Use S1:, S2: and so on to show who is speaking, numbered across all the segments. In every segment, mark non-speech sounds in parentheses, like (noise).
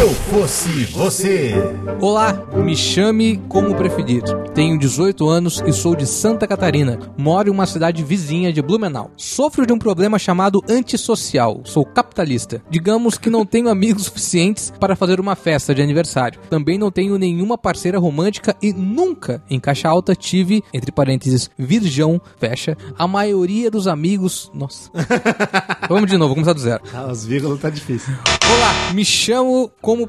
S1: eu fosse você.
S2: Olá, me chame como preferir. Tenho 18 anos e sou de Santa Catarina. Moro em uma cidade vizinha de Blumenau. Sofro de um problema chamado antissocial. Sou capitalista. Digamos que não tenho amigos (laughs) suficientes para fazer uma festa de aniversário. Também não tenho nenhuma parceira romântica e nunca, em caixa alta, tive, entre parênteses, virgão, fecha, a maioria dos amigos. Nossa. Vamos de novo, vamos começar do zero.
S3: Ah, as vírgulas tá difícil.
S2: Olá, me chamo como.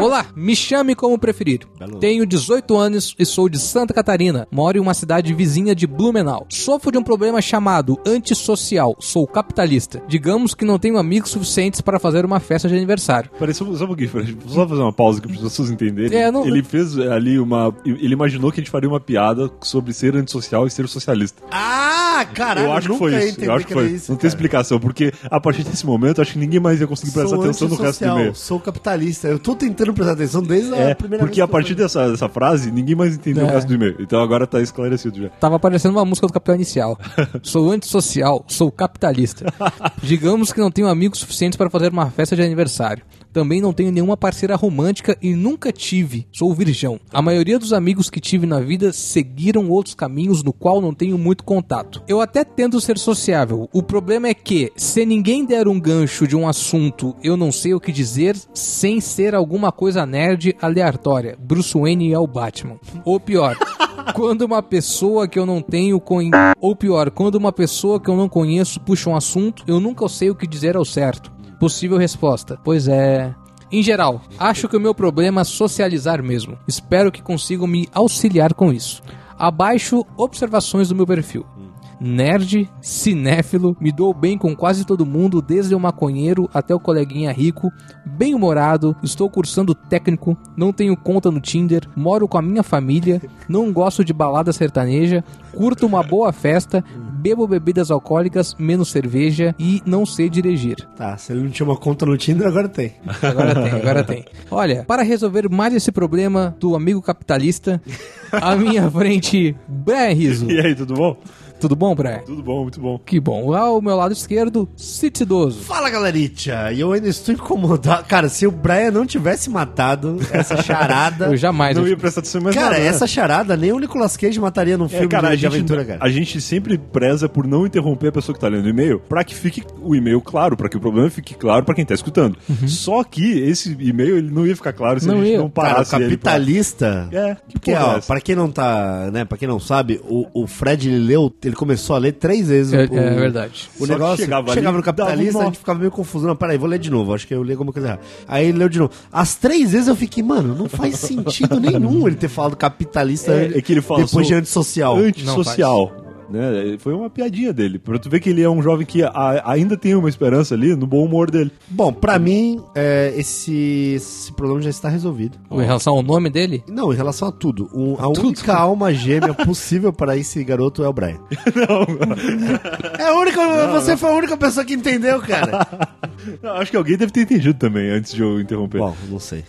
S2: Olá, me chame como preferir.
S3: Belo.
S2: Tenho 18 anos e sou de Santa Catarina. Moro em uma cidade vizinha de Blumenau. Sofro de um problema chamado antissocial. Sou capitalista. Digamos que não tenho amigos suficientes para fazer uma festa de aniversário.
S4: Peraí, só, só um pouquinho, Fran, só fazer uma pausa aqui para as pessoas entenderem.
S2: É, não-
S4: Ele fez ali uma. Ele imaginou que a gente faria uma piada sobre ser antissocial e ser socialista.
S3: Ah, caralho,
S4: eu acho que
S3: nunca
S4: foi
S3: ia
S4: isso.
S3: entender
S4: Eu acho que foi.
S3: era isso,
S4: não
S3: cara.
S4: tem explicação, porque a partir desse momento acho que ninguém mais ia conseguir prestar
S3: Sou
S4: atenção no resto do
S3: antissocial,
S4: e-mail.
S3: Sou capitalista. Eu tô tentando prestar atenção desde
S4: É,
S3: a primeira
S4: porque a
S3: vez que eu
S4: partir dessa, dessa frase, ninguém mais entendeu o
S2: É.
S4: resto do e-mail. Então agora tá esclarecido já.
S2: Tava parecendo uma música do Capitão Inicial. Sou antissocial, sou capitalista. Digamos que não tenho amigos suficientes para fazer uma festa de aniversário. Também não tenho nenhuma parceira romântica e nunca tive. Sou virgão. A maioria dos amigos que tive na vida seguiram outros caminhos no qual não tenho muito contato. Eu até tento ser sociável. O problema é que, se ninguém der um gancho de um assunto, eu não sei o que dizer sem ser alguma coisa nerd aleatória. Bruce Wayne é o Batman. Ou pior. Quando uma pessoa que eu não tenho conhe... ou pior, quando uma pessoa que eu não conheço puxa um assunto, eu nunca sei o que dizer ao certo. Possível resposta: Pois é. Em geral, acho que o meu problema é socializar mesmo. Espero que consigam me auxiliar com isso. Abaixo observações do meu perfil. Nerd, cinéfilo, me dou bem com quase todo mundo, desde o maconheiro até o coleguinha rico, bem humorado, estou cursando técnico, não tenho conta no Tinder, moro com a minha família, não gosto de balada sertaneja, curto uma boa festa, bebo bebidas alcoólicas, menos cerveja e não sei dirigir.
S3: tô- Tá, se ele não tinha uma conta no Tinder, agora tem.
S2: Agora tem, agora tem. Olha, para resolver mais esse problema do amigo capitalista, à minha frente, Brian
S4: (laughs)
S2: Riso.
S4: E aí, tudo bom?
S2: Tudo bom, Brian?
S4: Tudo bom, muito bom.
S2: Que bom. Ao meu lado esquerdo, City Idoso.
S3: Fala, galerinha! E eu ainda estou incomodado. Cara, se o Brian não tivesse matado
S4: (laughs)
S3: essa charada...
S2: Eu jamais.
S4: Não ia prestar atenção em mais
S3: Cara,
S4: nada, né?
S3: essa charada nem o Nicolas Cage mataria num
S4: É,
S3: filme
S4: cara,
S3: de,
S4: a
S3: de
S4: gente,
S3: aventura, cara.
S4: a gente sempre preza por não interromper a pessoa que tá lendo o e-mail pra que fique o e-mail claro, pra que o problema fique claro pra quem tá escutando. Só que esse e-mail ele não ia ficar claro se
S2: Uhum. Não
S4: a gente
S2: ia.
S4: não
S3: Cara, o
S4: parasse ele pra-
S3: capitalista.
S4: É, que
S3: porque,
S4: porra é
S3: ó,
S4: essa?
S3: pra quem não tá, né, pra quem não sabe, o, o Fred ele leu, ele começou a ler três vezes
S2: É,
S3: o,
S2: é verdade.
S3: O
S4: Só
S3: negócio
S4: que
S3: chegava,
S4: chegava ali,
S3: no capitalista,
S4: dava um
S3: a
S4: nó.
S3: gente ficava meio confuso. Não, peraí, vou ler de novo. Acho que eu li alguma coisa errada. Aí ele leu de novo. As três vezes eu fiquei, mano, não
S4: (laughs)
S3: faz sentido nenhum ele ter falado capitalista
S4: É, é que ele fala,
S3: depois de
S4: sou
S3: antissocial.
S4: antissocial. Né? Foi uma piadinha dele. Pra tu ver que ele é um jovem que a- ainda tem uma esperança ali no bom humor dele.
S3: Bom, pra mim, é, esse, esse problema já está resolvido.
S2: Em relação ao nome dele?
S3: Não, em relação a tudo. Um- a única alma gêmea possível para esse garoto é o (laughs) Brian. não. É a única, você foi a única pessoa que entendeu, (laughs) cara.
S4: Eu Acho que alguém deve ter entendido também antes de eu interromper.
S3: Bom, não sei.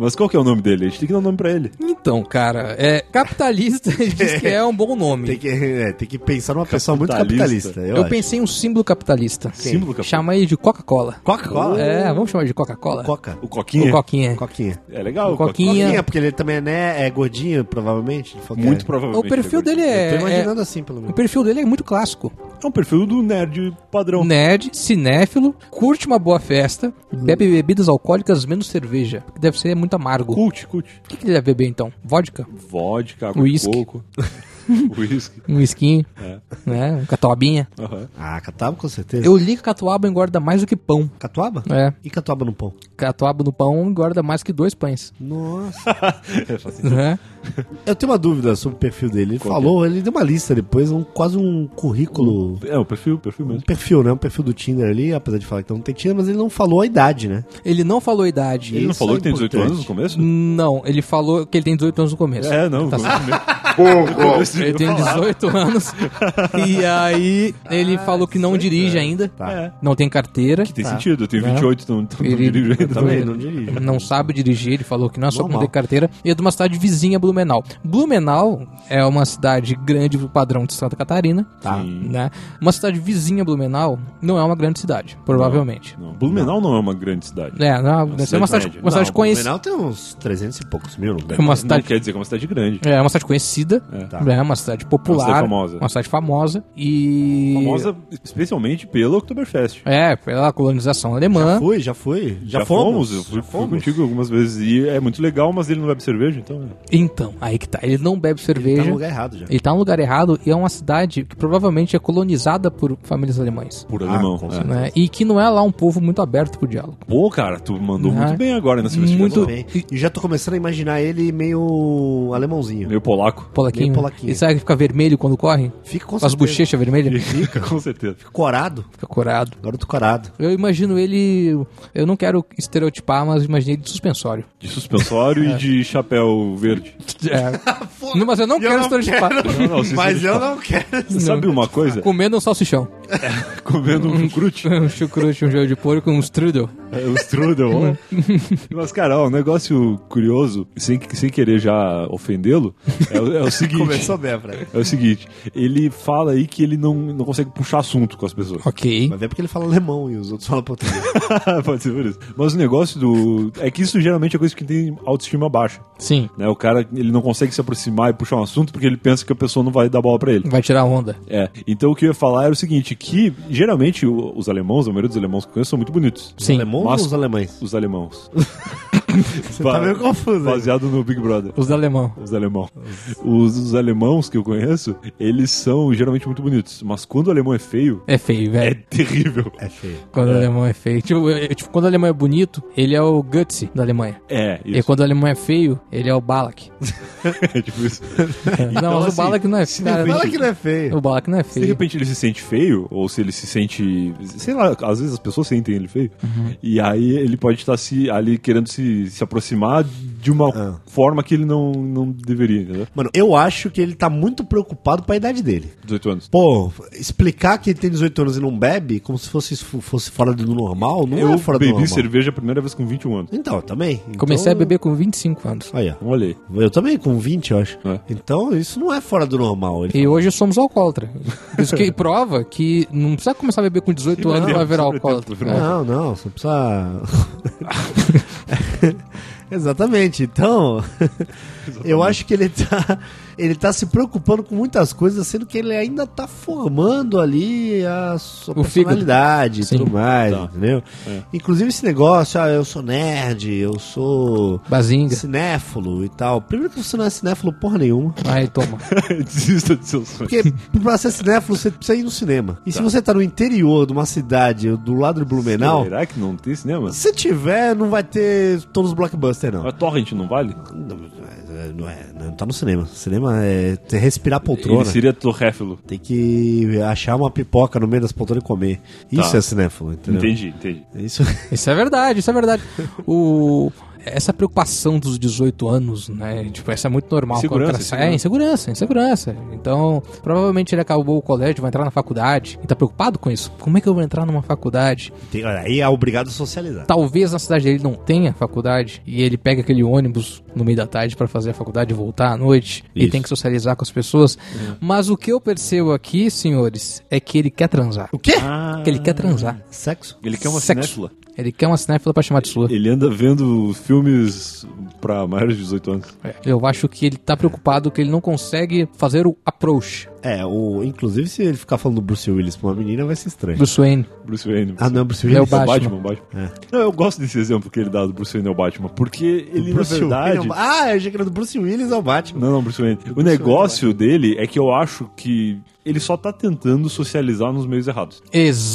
S4: Mas qual que é o nome dele? A gente tem que dar um nome pra ele.
S2: Então, cara, é capitalista (laughs) ele diz que é um bom nome.
S3: Tem que, é, tem que pensar numa pessoa muito
S4: Capitalista.
S3: capitalista.
S2: Eu
S3: acho.
S2: pensei em um símbolo capitalista.
S4: Símbolo capitalista.
S2: Chama ele de Coca-Cola.
S3: Coca-Cola?
S2: É, vamos chamar de Coca-Cola.
S3: Coca.
S4: O
S2: O
S4: Coquinha.
S2: Coquinha.
S3: Coquinha.
S4: É legal.
S2: O Coquinha.
S3: Coquinha, porque ele também é, né, é gordinho, provavelmente. Ele falou que
S4: Muito
S3: é.
S4: provavelmente.
S2: O perfil dele
S3: Eu tô
S2: é, é-
S3: imaginando assim, pelo
S2: O
S3: menos.
S2: perfil dele é muito clássico.
S4: É um perfil do nerd padrão.
S2: Nerd, cinéfilo, curte uma boa festa, bebe bebidas alcoólicas menos cerveja. que Deve ser muito amargo.
S4: Cult, cult.
S2: O que, que ele deve beber então? Vodka?
S4: Vodka, água de
S2: Whisky.
S4: coco. (laughs) Whisky.
S2: Um esquinho?
S4: É.
S2: Né? Um catuabinha?
S4: Aham.
S3: Ah, catuaba com certeza.
S2: Eu li que catuaba engorda mais do que pão.
S3: Catuaba?
S2: É.
S3: E catuaba no pão?
S2: Catuaba no pão engorda mais que dois pães.
S3: Nossa.
S2: Né?
S3: Eu tenho uma dúvida sobre o perfil dele. Ele
S4: Qual
S3: falou, ele deu uma lista depois, um, quase um currículo...
S4: É, o perfil, perfil
S3: Um
S4: mesmo.
S3: perfil, né? Um perfil do Tinder ali, apesar de falar que não tem Tinder, mas ele não falou a idade, né?
S2: Ele não falou a idade.
S4: Ele não
S3: Isso
S4: falou
S3: é
S4: que tem 18
S3: importante.
S4: anos no começo?
S2: Não, ele falou que ele tem 18 anos no começo.
S4: É, não.
S2: Tá
S4: no começo.
S5: pouco.
S4: Esse
S2: Ele
S4: eu
S2: tem
S4: ia falar. Ah,
S2: 18
S4: (laughs)
S2: anos. E aí ele falou que não
S4: É.
S2: dirige ainda.
S4: Tá.
S2: Não tem carteira.
S4: Tem sentido, eu tenho 28, então não, não dirijo ainda.
S3: também não dirige.
S2: Não sabe dirigir, ele falou que não é só
S3: Normal.
S2: não ter carteira. E é de uma cidade vizinha, Blumenau. Blumenau é uma cidade grande pro padrão de Santa Catarina.
S3: Tá.
S2: Né? Uma cidade vizinha, Blumenau, não é uma grande cidade, provavelmente.
S4: Não, Blumenau não é uma grande cidade.
S2: É, não, é uma- é uma
S4: cidade
S2: cidade,
S4: média.
S2: uma cidade
S3: Não,
S2: conhecida.
S3: Blumenau tem uns 300 e poucos mil. Né?
S2: Uma
S4: Não
S2: cidade
S4: quer dizer que é uma cidade grande.
S2: É uma cidade conhecida,
S3: Tá.
S2: é uma cidade popular,
S4: Uma cidade famosa.
S2: uma cidade famosa e
S4: Famosa especialmente pelo Oktoberfest.
S2: é pela colonização alemã.
S3: Fui, já fui. Já, fomos.
S4: Eu fui,
S3: Já
S4: fui contigo algumas vezes e é muito legal, mas ele não bebe cerveja, então. é.
S2: Então aí que tá, ele não bebe cerveja.
S3: Tá no lugar errado já.
S2: Ele tá no lugar errado e é uma cidade que provavelmente é colonizada por famílias alemães.
S4: Por
S3: Ah,
S4: alemão.
S3: com
S4: é.
S3: certeza.
S2: Né? E que não é lá um povo muito aberto pro diálogo.
S4: Pô, cara, tu mandou
S2: Né?
S4: muito bem agora nessa
S2: Muito-
S4: investigação.
S3: Tudo bem. E já tô começando a imaginar ele meio alemãozinho.
S4: Meio polaco.
S2: Polaquinho.
S3: Meio polaquinho.
S2: E sabe que fica vermelho quando corre?
S3: Fica com
S2: Com as
S3: certeza.
S2: bochechas vermelhas?
S4: Fica, (laughs) com certeza.
S3: Corado.
S2: Fica corado.
S3: Garoto corado.
S2: Eu imagino ele. Eu não quero estereotipar, mas imaginei ele de suspensório.
S4: De suspensório
S3: É.
S4: e de chapéu verde.
S2: É. Não, mas eu não quero
S3: não
S2: estereotipar.
S4: Não, não, se
S3: Mas
S4: você-
S3: eu não quero.
S4: Você sabe
S3: (laughs)
S4: uma coisa?
S2: Comendo um salsichão. (laughs)
S4: Comendo um crute,
S2: um chucrute, um joelho de porco, um strudel.
S4: é, um strudel.
S3: (laughs)
S4: ó. Mas, cara, ó, um negócio curioso, sem, sem querer já ofendê-lo, é, o- é
S3: (laughs)
S4: o seguinte...
S3: Começou bem, Fred.
S4: É o seguinte, ele fala aí que ele não, não consegue puxar assunto com
S3: (laughs)
S4: as pessoas. (laughs)
S2: Ok.
S3: Mas é porque ele fala alemão e os outros falam português.
S4: Pode ser por isso. Mas o negócio do. É que isso geralmente é coisa que tem autoestima baixa.
S2: Sim.
S4: Né? O cara ele não consegue se aproximar e puxar um assunto porque ele pensa que a pessoa não vai dar bola pra ele.
S2: Vai tirar onda.
S4: É. Então o que eu ia falar era o seguinte: que geralmente o- os alemãos, a maioria dos alemãos que eu conheço, são muito bonitos.
S2: Sim.
S3: Alemão
S4: Mas-
S3: ou os alemães? (laughs)
S4: Os alemãos. Você
S3: Tá meio confuso. né?
S4: Baseado no Big Brother.
S2: Os da alemão.
S4: Os alemão. Os, os alemãos que eu conheço, eles são geralmente muito bonitos. Mas quando o alemão é feio,
S2: É feio,
S4: é
S2: velho.
S4: terrível.
S3: É feio.
S2: Quando o alemão é feio. Tipo, eu- eu- tipo, quando o alemão é bonito, ele é o Gutsy da Alemanha.
S4: É,
S2: E quando o alemão é feio, ele é o Balak.
S4: (laughs) É tipo isso.
S2: não, mas
S4: assim,
S2: o Balak não é
S4: se
S2: feio. cara.
S4: depende-
S3: Fala que não é feio.
S2: O Balak não é
S4: Se de
S2: feio.
S4: repente ele se sente feio, ou se ele se sente. Sei lá, às vezes as pessoas sentem ele feio.
S3: Uhum.
S4: E aí ele pode estar se, ali querendo se, se aproximar de uma
S3: É.
S4: forma que ele não, não deveria, entendeu?
S3: Mano, eu acho que ele tá muito preocupado com a idade dele.
S4: 18 anos.
S3: Pô, explicar que ele tem 18 anos e não bebe, como se fosse, fosse fora do normal, não
S4: Eu
S3: é fora do
S4: bebi
S3: normal.
S4: cerveja a primeira vez com 21 anos.
S3: Então, eu também. Então-
S2: Comecei a beber com 25 anos.
S3: Aí, ó.
S4: Olha aí.
S3: Eu também, com 20, eu acho.
S4: É. (laughs)
S3: Então, isso não é fora do normal. Ele
S2: E hoje somos alcoólatra. Isso que prova que não precisa começar a beber com 18 anos
S4: não,
S2: pra virar
S4: sobre
S2: alcoólatra.
S4: tempo,
S2: né?
S3: Não, não, você não precisa. (laughs) Exatamente. Então, (laughs) eu acho que ele tá, ele tá se preocupando com muitas coisas, sendo que ele ainda tá formando ali a sua
S2: O fígado.
S3: personalidade e
S2: Sim. Tá. É.
S3: tudo mais, entendeu? Inclusive esse negócio, ah, eu sou nerd, eu sou
S2: É. Bazinga.
S3: cinéfilo e tal. Primeiro que você não é cinéfilo porra nenhuma.
S2: Aí toma.
S4: Desista de seus sonhos.
S3: Porque (laughs) pra ser cinéfilo, você precisa ir no cinema. E se você tá no interior de uma cidade, do lado de Blumenau,
S4: Será que não tem cinema?
S3: se tiver, não vai ter todos os blockbusters, não.
S4: A torrent não vale?
S3: Não, é, não, é, não tá no cinema. Cinema é ter- respirar poltrona.
S4: Ele seria torréfilo.
S3: Tem que achar uma pipoca no meio das poltronas e comer. Isso é cinéfilo, entendeu?
S4: Entendi, entendi.
S3: Isso (laughs)
S2: Isso é verdade, isso é verdade. O... Essa preocupação dos 18 anos, né? Tipo, essa é muito normal.
S4: Insegurança,
S2: Quando o cara sai- É, insegurança, insegurança. Então, provavelmente ele acabou o colégio, vai entrar na faculdade e tá preocupado com isso. Como é que eu vou entrar numa faculdade?
S3: Tem- olha, aí é obrigado a socializar.
S2: Talvez na cidade dele não tenha faculdade e ele pega aquele ônibus no meio da tarde pra fazer a faculdade e voltar à noite e
S3: Isso. É.
S2: tem que socializar com as pessoas. Mas o que eu percebo aqui, senhores, é que ele quer transar.
S3: O quê?
S4: Ah.
S2: Que ele quer transar.
S3: Sexo?
S4: Ele quer uma
S2: Sexo.
S4: cinéfila.
S2: Ele quer uma cinéfila pra chamar de sua.
S4: Ele anda vendo filmes pra maiores de 18 anos.
S2: Eu acho que ele tá preocupado que ele não consegue fazer o approach
S3: É, o, inclusive se ele ficar falando do Bruce Willis pra uma menina vai ser estranho.
S2: do Swain.
S4: Bruce Wayne.
S3: Ah, não é Bruce
S2: Léo
S3: Willis?
S2: Batman.
S4: Batman, Batman.
S3: É.
S4: Não, eu gosto desse exemplo que ele dá do Bruce Wayne ao Batman, porque ele,
S3: Bruce
S4: na
S3: Wayne é o
S4: verdade...
S3: Ba- Ah, eu achei que era do Bruce Willis ao é Batman.
S4: Não, não, Bruce Wayne. O negócio dele é que eu é acho que ele só tá tentando socializar nos meios errados.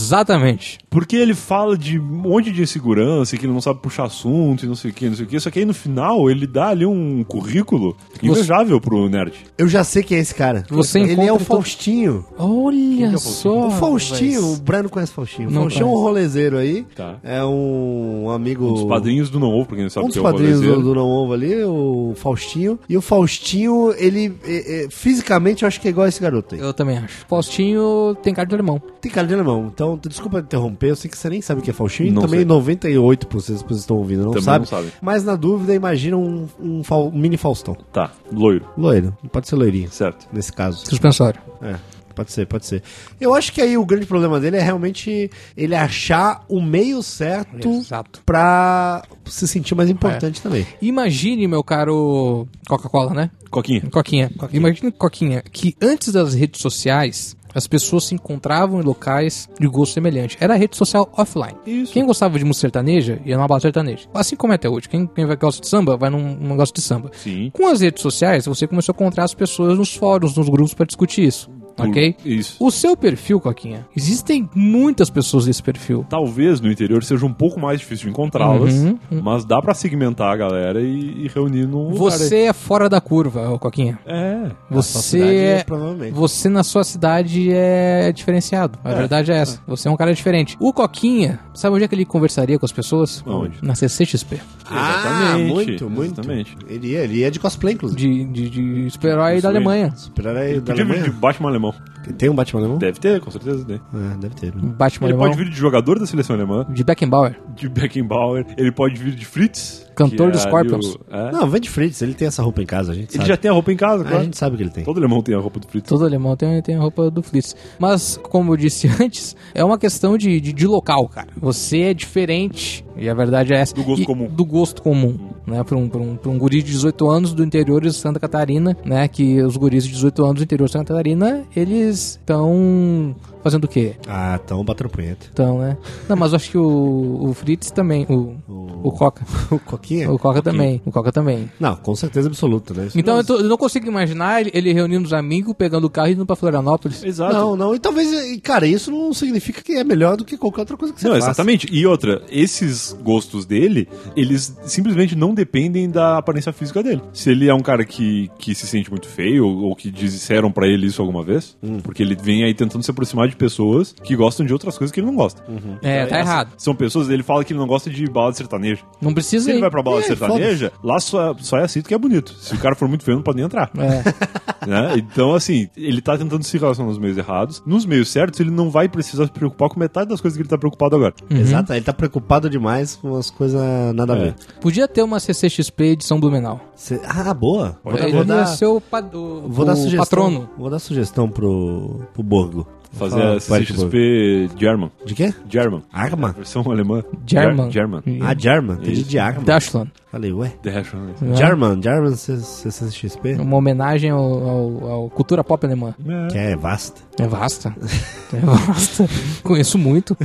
S2: Exatamente.
S4: Porque ele fala de um monte de insegurança, e que ele não sabe puxar assunto e não sei o que, não sei o que. Só que aí no final ele dá ali um currículo invejável pro nerd.
S3: Eu já sei quem é esse cara.
S2: Você
S3: Ele é
S2: encontra
S3: o
S2: todo-
S3: Faustinho.
S2: Olha só.
S3: é O Faustinho,
S2: rapaz.
S3: o Breno conhece o Faustinho. O
S2: Não
S3: Faustinho é um
S2: conheço.
S3: rolezeiro aí.
S4: Tá.
S3: É um amigo.
S4: Um dos padrinhos do Não Ovo, pra quem não sabe
S3: Um
S4: o que
S3: dos
S4: é o
S3: padrinhos do,
S4: rolezeiro.
S3: do Não Ovo ali, o Faustinho. E o Faustinho, ele. é- é- fisicamente, eu acho que é igual a esse garoto aí.
S2: Eu também acho. Faustinho tem cara de alemão.
S3: Tem cara de alemão. Então, t- desculpa interromper, eu sei que você nem sabe o que é Faustinho.
S4: Não
S3: e também
S4: sei.
S3: 98% das pessoas que estão ouvindo não
S4: Também
S3: sabe,
S4: não sabe.
S3: Mas na dúvida, imagina um, um fal- um mini Faustão.
S4: Tá, loiro,
S3: Loiro. Pode ser loirinho,
S4: certo.
S3: nesse caso.
S2: Suspensório.
S3: É, pode ser, pode ser. Eu acho que aí o grande problema dele é realmente ele achar o meio certo
S2: Exato.
S3: pra se sentir mais importante
S4: É.
S3: também.
S2: Imagine, meu caro Coca-Cola, né?
S4: Coquinha.
S2: Coquinha. Imagine, Coquinha, que antes das redes sociais, as pessoas se encontravam em locais de gosto semelhante. Era a rede social offline.
S4: Isso.
S2: Quem gostava de música sertaneja, ia numa bala sertaneja. Assim como é até hoje. Quem, quem vai- gosta de samba, vai num, num negócio de samba.
S4: Sim.
S2: Com as redes sociais, você começou a encontrar as pessoas nos fóruns, nos grupos pra discutir isso. Ok?
S4: Isso.
S2: O seu perfil, Coquinha, existem muitas pessoas desse perfil.
S4: Talvez no interior seja um pouco mais difícil de encontrá-las,
S2: Uhum,
S4: mas dá pra segmentar a galera e, e reunir num lugar. aí.
S2: Você é fora da curva, ô Coquinha.
S4: É.
S2: Você
S3: cidade,
S2: é-
S3: provavelmente.
S2: Você na sua cidade é diferenciado. A verdade é essa. Você é um cara diferente. O Coquinha, sabe onde é que ele conversaria com as pessoas?
S4: Onde?
S2: Na CCXP.
S3: Ah, muito, muito.
S4: Exatamente.
S3: Ele é, ele é de cosplay, inclusive.
S2: De, de, de super-herói da Alemanha.
S3: Super-herói da
S4: Podia vir É. de
S3: Alemanha.
S4: Batman alemão.
S3: Tem um Batman alemão?
S4: Deve ter, com certeza tem.
S3: É, deve ter.
S2: Batman
S4: Ele
S2: alemão.
S4: pode vir de jogador da seleção alemã,
S2: De Beckenbauer.
S4: de Beckenbauer, ele pode vir de Fritz.
S2: Cantor
S4: que
S2: dos
S4: ali
S2: Scorpions.
S4: o- é.
S3: Não, vem de Fritz, ele tem essa roupa em casa, a gente
S4: Ele
S3: sabe. Ah,
S4: já tem a roupa em casa,
S3: A
S4: claro.
S3: gente sabe que ele tem.
S4: Todo alemão tem a roupa do Fritz.
S2: Todo alemão tem, tem a roupa do Flitz. Mas, como eu disse (laughs) antes, é uma questão de, de, de local, cara. Você é diferente, e a verdade é essa.
S4: Do gosto
S2: E-
S4: comum.
S2: Do gosto comum, né? Pra um, pra, um, pra um guri de 18 anos do interior de Santa Catarina, né? Que os guris de 18 anos do interior de Santa Catarina, eles estão fazendo o quê?
S3: Ah, então batendo punheta.
S2: Então, né? Não, mas eu acho que o, o Fritz também, o, o Coca.
S3: (laughs) O Coquinha?
S2: O Coca também, o Coca também.
S3: Não, com certeza absoluta, né? Isso
S2: Então eu, tô- eu não consigo imaginar ele, ele reunindo os amigos, pegando o carro e indo pra Florianópolis.
S4: Exato.
S3: Não, não. E talvez, e, cara, isso não significa que é melhor do que qualquer outra coisa que você
S4: Não,
S3: faça.
S4: exatamente. E outra, esses gostos dele, eles simplesmente não dependem da aparência física dele. Se ele é um cara que, que se sente muito feio, ou, ou que disseram pra ele isso alguma vez, porque ele vem aí tentando se aproximar de pessoas que gostam de outras coisas que ele não gosta.
S2: É, tá errado.
S4: São pessoas, ele fala que ele não gosta de balada sertaneja.
S2: Não precisa
S4: Se ele
S2: ir.
S4: vai pra balada
S3: É,
S4: sertaneja, lá só, só é aceito que é bonito. Se o cara for muito feio, não pode nem entrar.
S2: É.
S4: né? Então, assim, ele tá tentando se relacionar nos meios errados. Nos meios certos, ele não vai precisar se preocupar com metade das coisas que ele tá preocupado agora.
S2: Uhum.
S3: Exato, ele tá preocupado demais com as coisas nada a
S4: É.
S3: ver.
S2: Podia ter uma CCXP edição Blumenau.
S3: Cê- Ah, boa. Vou, dar-
S2: Ele
S3: vou
S2: ia
S3: dar,
S2: ser o, pad- o-
S3: vou dar
S2: o
S3: sugestão.
S2: patrono.
S3: Vou dar sugestão pro, pro Borgo. Vou
S4: Fazer
S3: falar
S4: a
S3: pro Eric Borgo.
S4: CXP German.
S3: De quê?
S4: German.
S3: Arma?
S4: Versão alemã.
S2: German.
S4: Ger- German.
S3: Ah, German. Entendi de Arma.
S2: Dashland.
S3: Falei, ué.
S4: The Rational.
S2: né?
S3: German, German é CCXP,
S2: Uma homenagem ao, ao- ao cultura pop alemã.
S3: que é vasta.
S2: É vasta. É vasta. conheço muito.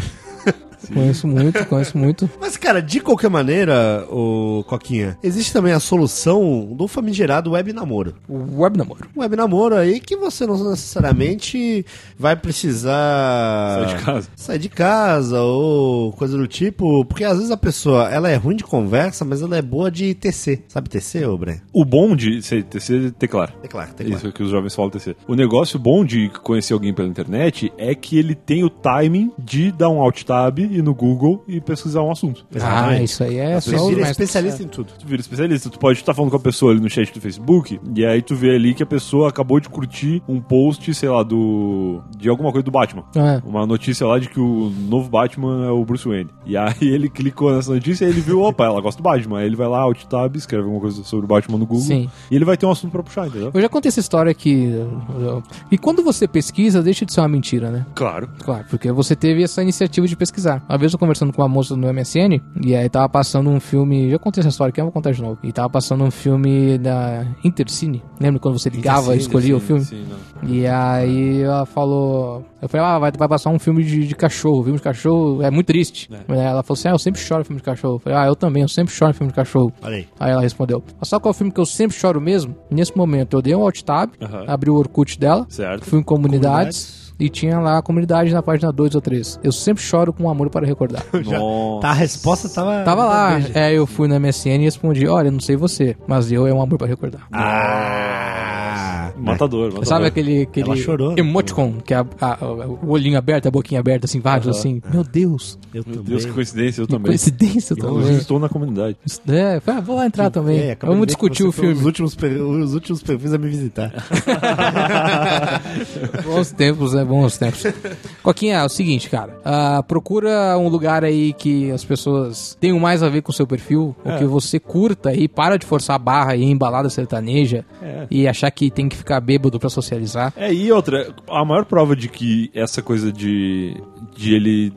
S2: Conheço muito, conheço muito.
S3: Mas, cara, de qualquer maneira, o Coquinha, existe também a solução do famigerado web namoro.
S2: O Web namoro.
S3: Um web namoro aí que você não necessariamente vai precisar
S4: Sai de casa.
S3: sair de casa ou coisa do tipo, porque às vezes a pessoa, ela é ruim de conversa, mas ela é boa de TC. Sabe TC, ô Bren?
S4: O bom de ser TC teclar.
S3: É claro, tem claro.
S4: Isso que os jovens falam TC. O negócio bom de conhecer alguém pela internet é que ele tem o timing de dar um alt tab e no Google e pesquisar um assunto.
S2: Ah,
S3: Exatamente.
S2: isso aí é
S3: Você
S2: só os
S3: vira
S2: mestres.
S3: especialista em tudo.
S4: Tu vira especialista, tu pode estar falando com a pessoa ali no chat do Facebook, e aí tu vê ali que a pessoa acabou de curtir um post, sei lá, do. de alguma coisa do Batman.
S2: É.
S4: Uma notícia lá de que o novo Batman é o Bruce Wayne. E aí ele clicou nessa notícia e ele viu, opa, ela gosta do Batman. Aí ele vai lá, alt tab, escreve alguma coisa sobre o Batman no Google.
S2: Sim.
S4: E ele vai ter um assunto pra puxar, entendeu?
S2: Eu já contei essa história que. E quando você pesquisa, deixa de ser uma mentira, né?
S4: Claro.
S2: Claro, porque você teve essa iniciativa de pesquisar. lembrar. Uma vez eu conversando com uma moça no MSN, e aí tava passando um filme. Já contei essa história aqui, eu vou contar de novo. E tava passando um filme da Intercine. Lembra quando você ligava e escolhia Ah, o filme?
S4: Sim, não.
S2: E aí ela falou. Eu falei, ah, vai, vai passar um filme de, de cachorro. Filme de cachorro é muito triste. Aí Ela falou assim: ah, eu sempre choro em filme de cachorro. Eu falei, ah, eu também, eu sempre choro em filme de cachorro.
S3: Olha aí.
S2: Aí ela respondeu: Mas sabe qual é o filme que eu sempre choro mesmo? Nesse momento, eu dei um alt tab,
S4: Aham.
S2: abri o Orkut dela,
S4: Certo.
S2: fui
S3: (laughs)
S2: em comunidades, e tinha lá a comunidade na página 2 ou 3. Eu sempre choro com um amor para recordar.
S4: Nossa.
S3: Tá, a resposta tava.
S2: Tava lá, é, eu fui na MSN e respondi: Olha, não sei você, mas eu é um amor para recordar.
S3: Ah!
S4: Matador, matador.
S2: Sabe aquele, aquele
S3: Ela chorou, né?
S2: emoticon, que é a- a- o olhinho aberto, a boquinha aberta, assim, vários, assim.
S3: É.
S2: Meu Deus,
S3: Eu
S4: Meu
S3: também.
S4: Deus, que coincidência, eu também.
S2: coincidência né?
S4: Eu
S2: também.
S4: estou na comunidade.
S2: É, foi, ah, vou lá entrar também.
S3: É, acabei de ver
S2: Vamos
S3: que
S2: discutir
S3: você foi
S2: o
S3: um
S2: filme.
S3: dos últimos per- Os últimos, perfis a me visitar. (laughs)
S2: Bons tempos, né? Bons tempos. Coquinha, é o seguinte, cara. ah, procura um lugar aí que as pessoas tenham mais a ver com o seu perfil, ou
S4: É.
S2: que você curta aí, para de forçar a barra e embalada sertaneja
S4: É.
S2: e achar que tem que ficar bêbado pra socializar.
S4: É, e outra, a maior prova de que essa coisa de, de ele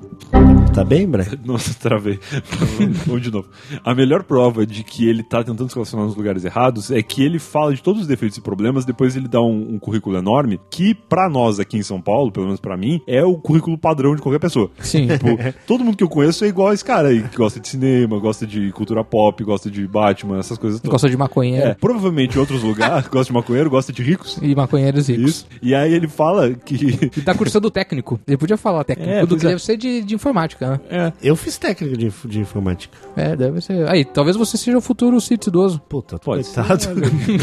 S3: Tá bem, Brian?
S4: Nossa, (laughs) travei. Vamos de novo. A melhor prova de que ele tá tentando se relacionar nos lugares errados é que ele fala de todos os defeitos e problemas, depois ele dá um, um currículo enorme, que pra nós aqui em São Paulo, pelo menos pra mim, é o currículo padrão de qualquer pessoa.
S2: (laughs) Sim.
S4: Tipo, todo mundo que eu conheço é igual a esse cara aí, que gosta de cinema, gosta de cultura pop, gosta de Batman, essas coisas todas.
S2: Gosta de maconheiro
S4: É, provavelmente em outros lugares, (laughs) gosta de maconheiro, gosta de ricos.
S2: e maconheiros ricos.
S4: Isso. E aí ele fala que. (laughs)
S2: E tá cursando o técnico. Ele podia falar técnico
S4: É,
S2: do
S4: pois
S2: que
S4: é.
S2: deve ser de, de informática, né?
S4: É,
S3: Eu fiz técnico de, inf- de informática.
S2: É, deve ser. Aí, talvez você seja o futuro Cid idoso.
S3: Puta,
S4: Pode
S3: coitado.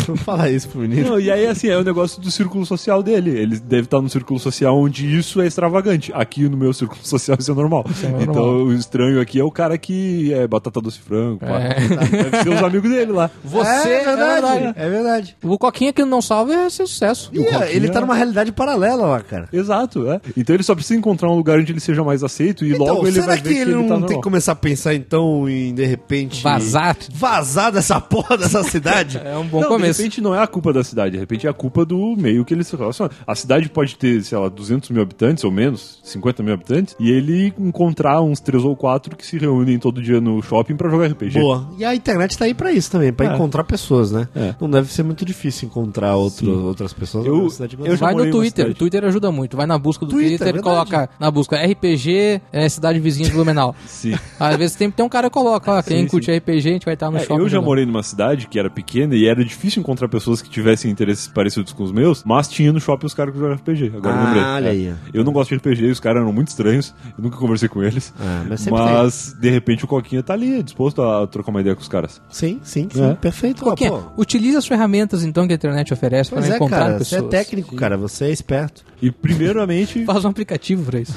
S3: Vou falar isso pro menino.
S4: Não, e aí, assim, é o negócio do círculo social dele. Ele deve estar num círculo social onde isso é extravagante. Aqui no meu círculo (laughs) social isso é normal.
S2: é normal.
S4: Então o estranho aqui é o cara que é batata doce e frango. pá.
S2: É.
S4: Deve ser os amigos dele lá.
S2: Você
S3: é verdade. É verdade.
S2: O Coquinha que não salva é seu sucesso.
S3: Ih, ele tá numa realidade paralela lá, cara.
S4: Exato, é. Então ele só precisa encontrar um lugar onde ele seja mais aceito e logo ele
S3: Então, será
S4: vai
S3: que
S4: ver que
S3: ele não
S4: tá
S3: tem
S4: normal.
S3: que começar a pensar então em de repente
S2: Vazar.
S3: vazar dessa (laughs) porra dessa cidade?
S2: É um bom
S4: não,
S2: começo.
S4: de repente não é a culpa da cidade, de repente é a culpa do meio que ele se relaciona. A cidade pode ter, sei lá, 200 mil habitantes ou menos, 50 mil habitantes, e ele encontrar uns três ou quatro que se reúnem todo dia no shopping pra jogar RPG.
S3: Boa. E a internet tá aí pra isso também, pra
S4: É.
S3: encontrar pessoas, né?
S4: É.
S3: Não deve ser muito difícil encontrar outro- outras pessoas
S4: Eu-
S3: na cidade
S4: eu já
S2: Vai no
S4: morei em uma
S2: Twitter, o
S4: cidade.
S2: Twitter ajuda muito. Vai na busca do
S3: Twitter,
S2: Twitter, e
S3: verdade.
S2: coloca na busca RPG, é, cidade vizinha de Blumenau.
S4: Sim.
S2: Às vezes tem, tem um cara que coloca, ó, quem
S4: Sim,
S2: curte RPG, a gente vai estar no
S4: É,
S2: shopping.
S4: eu já
S2: jogando.
S4: morei numa cidade que era pequena e era difícil encontrar pessoas que tivessem interesses parecidos com os meus, mas tinha no shopping os caras que jogavam RPG. Agora eu
S3: Ah,
S4: lembrei.
S3: olha
S4: É.
S3: aí.
S4: Eu não gosto de RPG, os caras eram muito estranhos, eu nunca conversei com eles.
S3: Ah, mas
S4: mas
S3: sempre
S4: de repente o Coquinha tá ali, disposto a trocar uma ideia com os caras.
S3: Sim, sim, sim.
S4: É.
S3: Perfeito.
S2: Coquinha,
S3: Ah, pô.
S2: utilize as ferramentas então que a internet oferece para
S3: Pois é,
S2: encontrar
S3: cara. Você
S2: pessoas.
S3: é técnico, cara. Você é esperto.
S4: E (laughs) primeiramente,
S2: Faz um aplicativo pra isso.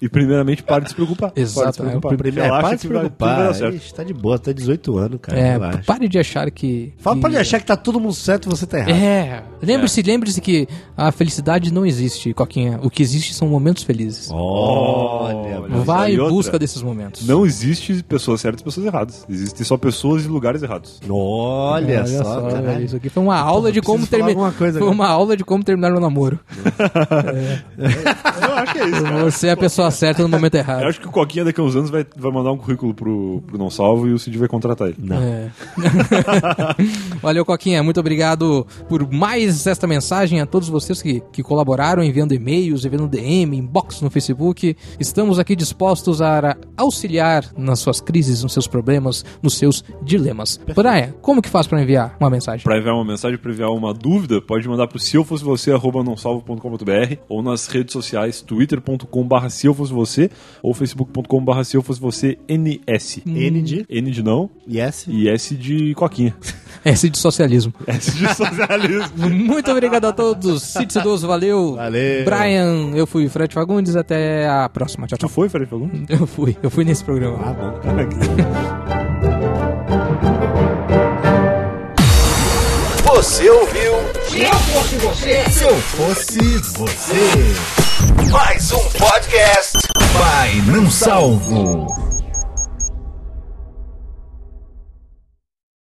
S4: e primeiramente para de se (laughs) preocupar. Para de
S2: Exato,
S4: se
S2: é,
S4: preocupar.
S2: o
S3: Primeiro,
S4: Relaxa
S3: para de
S4: que
S3: se
S4: vai- tudo vai
S3: preocupar.
S4: dar certo.
S3: Ixi, tá de boa, tá 18 anos, cara.
S2: é,
S3: relaxa.
S2: pare de achar que.
S3: Fala,
S2: que...
S3: pode achar que tá todo mundo certo e você tá errado.
S2: É. Lembre-se, lembre-se que a felicidade não existe, Coquinha. O que existe são momentos felizes.
S3: Olha,
S4: Olha.
S2: Vai
S4: E
S2: em
S4: outra?
S2: busca desses momentos.
S4: Não existe pessoas certas e pessoas erradas. Existem só pessoas e lugares errados.
S3: Olha,
S2: Olha
S3: só,
S2: só,
S3: caralho.
S2: isso aqui foi uma aula de como
S3: preciso falar
S2: terminar.
S3: alguma coisa
S2: Foi
S3: agora.
S2: uma aula de como terminar o namoro.
S4: Eu acho que é isso, cara.
S2: Você é a pessoa certa no momento
S4: Eu
S2: errado.
S4: acho que o Coquinha daqui a uns anos vai, vai mandar um currículo pro, pro Não Salvo e o Cid vai contratar ele.
S2: É. (laughs) Valeu, Coquinha. Muito obrigado por mais esta mensagem a todos vocês que, que colaboraram enviando e-mails, enviando DM, inbox no Facebook. Estamos aqui dispostos a auxiliar nas suas crises, nos seus problemas, nos seus dilemas. Brian, como que faz pra enviar uma mensagem?
S4: Pra enviar uma mensagem, pra enviar uma dúvida, pode mandar pro se eu fosse você, arroba nãosalvo.com.br ou nas redes sociais, twitter.com.br se eu fosse você ou facebook.com.br se eu fosse você, NS.
S3: N de
S4: N de não
S3: yes.
S4: e S de coquinha. (laughs)
S2: Esse de socialismo.
S4: S de
S2: (laughs)
S4: socialismo.
S2: Muito obrigado a todos. Cid Cidoso, valeu.
S3: Valeu.
S2: Brian, eu fui Fred Fagundes. Até a próxima. Tchau,
S4: tu
S2: tchau.
S4: foi, Fred Fagundes?
S2: Eu fui, eu fui nesse programa.
S3: Ah, bom.
S1: Você ouviu? Se eu fosse você. Mais um podcast. Vai, não salvo.